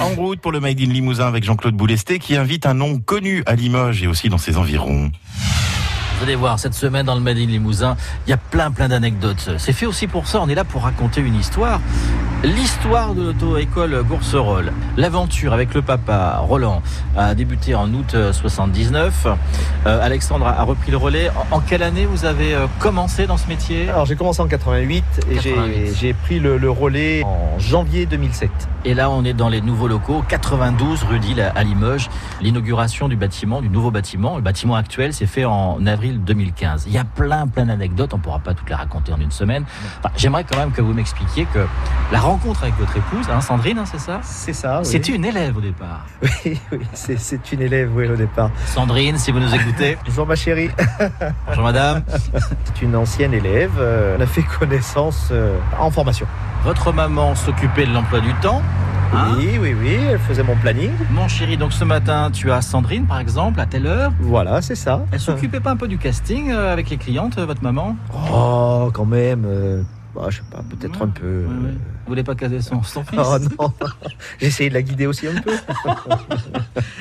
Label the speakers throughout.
Speaker 1: En route pour le Made in Limousin avec Jean-Claude Boulesté qui invite un nom connu à Limoges et aussi dans ses environs.
Speaker 2: Vous allez voir, cette semaine dans le Made in Limousin, il y a plein plein d'anecdotes. C'est fait aussi pour ça, on est là pour raconter une histoire. L'histoire de l'auto-école Bourserolles. L'aventure avec le papa Roland a débuté en août 79. Euh, Alexandre a a repris le relais. En, en quelle année vous avez euh, commencé dans ce métier
Speaker 3: Alors j'ai commencé en 88 et j'ai-
Speaker 2: 88.
Speaker 3: j'ai pris le, le relais en janvier 2007.
Speaker 2: Et là, on est dans les nouveaux locaux, 92 rue d'Île à Limoges. L'inauguration du bâtiment, du nouveau bâtiment, le bâtiment actuel, s'est fait en avril 2015. Il y a plein, plein d'anecdotes, on ne pourra pas toutes les raconter en une semaine. Enfin, J'aimerais quand même que vous m'expliquiez que la rencontre avec votre épouse, hein, Sandrine, hein, c'est ça
Speaker 3: C'est ça.
Speaker 2: C'était une élève au départ.
Speaker 3: Oui, oui, c'est- c'est une élève oui, au départ.
Speaker 2: Sandrine, si vous nous écoutez,
Speaker 3: Bonjour ma chérie.
Speaker 2: bonjour madame.
Speaker 3: C'est une ancienne élève. euh, on a fait connaissance euh, en formation.
Speaker 2: Votre maman s'occupait de l'emploi du temps. hein.
Speaker 3: Oui, oui, oui. Elle faisait mon planning.
Speaker 2: Mon chéri, donc ce matin, tu as Sandrine, par exemple, à telle heure.
Speaker 3: Voilà, c'est ça.
Speaker 2: Elle s'occupait pas un peu du casting euh, avec les clientes, euh, votre maman
Speaker 3: Oh, quand même. euh, bah, je sais pas, peut-être un peu. euh,
Speaker 2: Ouais, ouais. Vous voulez pas caser son, son fils
Speaker 3: Oh non, j'ai essayé de la guider aussi un peu.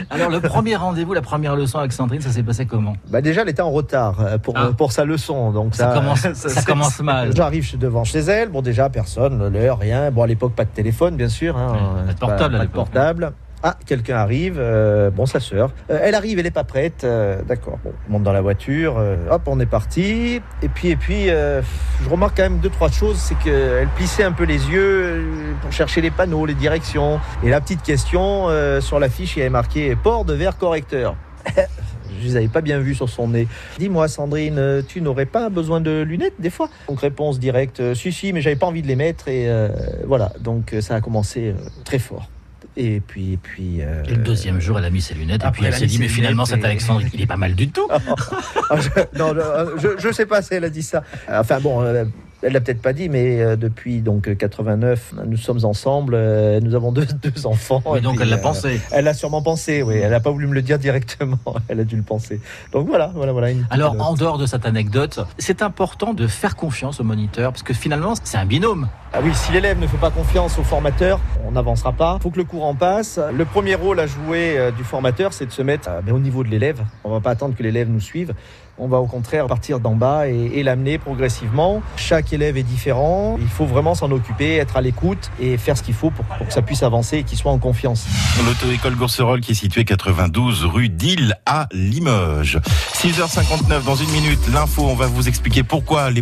Speaker 2: Alors le premier rendez-vous, la première leçon avec Sandrine, ça s'est passé comment
Speaker 3: Bah déjà, elle était en retard euh, pour,
Speaker 2: Ah.
Speaker 3: pour sa leçon, donc
Speaker 2: ça,
Speaker 3: ça.
Speaker 2: commence, ça,
Speaker 3: c'est-
Speaker 2: commence mal.
Speaker 3: J'arrive chez- devant chez elle. Bon, déjà, personne, l'heure, rien. Bon, à l'époque, pas de téléphone, bien sûr. hein.
Speaker 2: Ouais, pas de portable, à
Speaker 3: Pas de
Speaker 2: l'époque. hein.
Speaker 3: portable. Ah, quelqu'un arrive. euh, bon, sa sœur. Euh, elle arrive, elle est pas prête. euh, D'accord. Bon, on monte dans la voiture. euh, hop, on est parti. Et puis, et puis, euh, je remarque quand même deux trois choses. C'est qu'elle plissait un peu les yeux euh, pour chercher les panneaux, les directions. Et la petite question euh, sur l'affiche, il y avait marqué port de verre correcteur. Je les avais pas bien vus sur son nez. Dis-moi, Sandrine, euh, tu n'aurais pas besoin de lunettes des fois Donc réponse directe, euh, si si, mais j'avais pas envie de les mettre et euh, voilà. Donc euh, ça a commencé euh, très fort. Et puis et puis. euh,
Speaker 2: Et le deuxième jour, elle a mis ses lunettes et
Speaker 3: Après,
Speaker 2: puis elle
Speaker 3: elle a
Speaker 2: s'est
Speaker 3: mis
Speaker 2: dit
Speaker 3: ses
Speaker 2: mais finalement
Speaker 3: lunettes
Speaker 2: cet
Speaker 3: et-
Speaker 2: Alexandre, il est pas mal du tout.
Speaker 3: Ah, je, non, non, euh, je, je sais pas si elle a dit ça. Enfin bon. euh, elle l'a peut-être pas dit, mais euh, depuis donc euh, 89, nous sommes ensemble. euh, nous avons deux, deux enfants.
Speaker 2: Et donc
Speaker 3: puis,
Speaker 2: elle l'a
Speaker 3: euh,
Speaker 2: pensé.
Speaker 3: Elle l'a sûrement pensé. Oui, elle n'a pas voulu me le dire directement. Elle a dû le penser. Donc voilà, voilà, voilà. une petite
Speaker 2: Alors
Speaker 3: note.
Speaker 2: en dehors de cette anecdote, c'est important de faire confiance au moniteur parce que finalement c'est un binôme.
Speaker 3: Ah oui, si l'élève ne fait pas confiance au formateur, on n'avancera pas. Il faut que le courant passe. Le premier rôle à jouer euh, du formateur, c'est de se mettre euh, ben, au niveau de l'élève. On va pas attendre que l'élève nous suive. On va au contraire partir d'en bas et, et l'amener progressivement. Chaque élève est différent. Il faut vraiment s'en occuper, être à l'écoute et faire ce qu'il faut pour, pour que ça puisse avancer et qu'il soit en confiance.
Speaker 1: L'auto-école Gourcerolles qui est située 92 rue d'Île à Limoges. 6h59 dans une minute, l'info, on va vous expliquer pourquoi les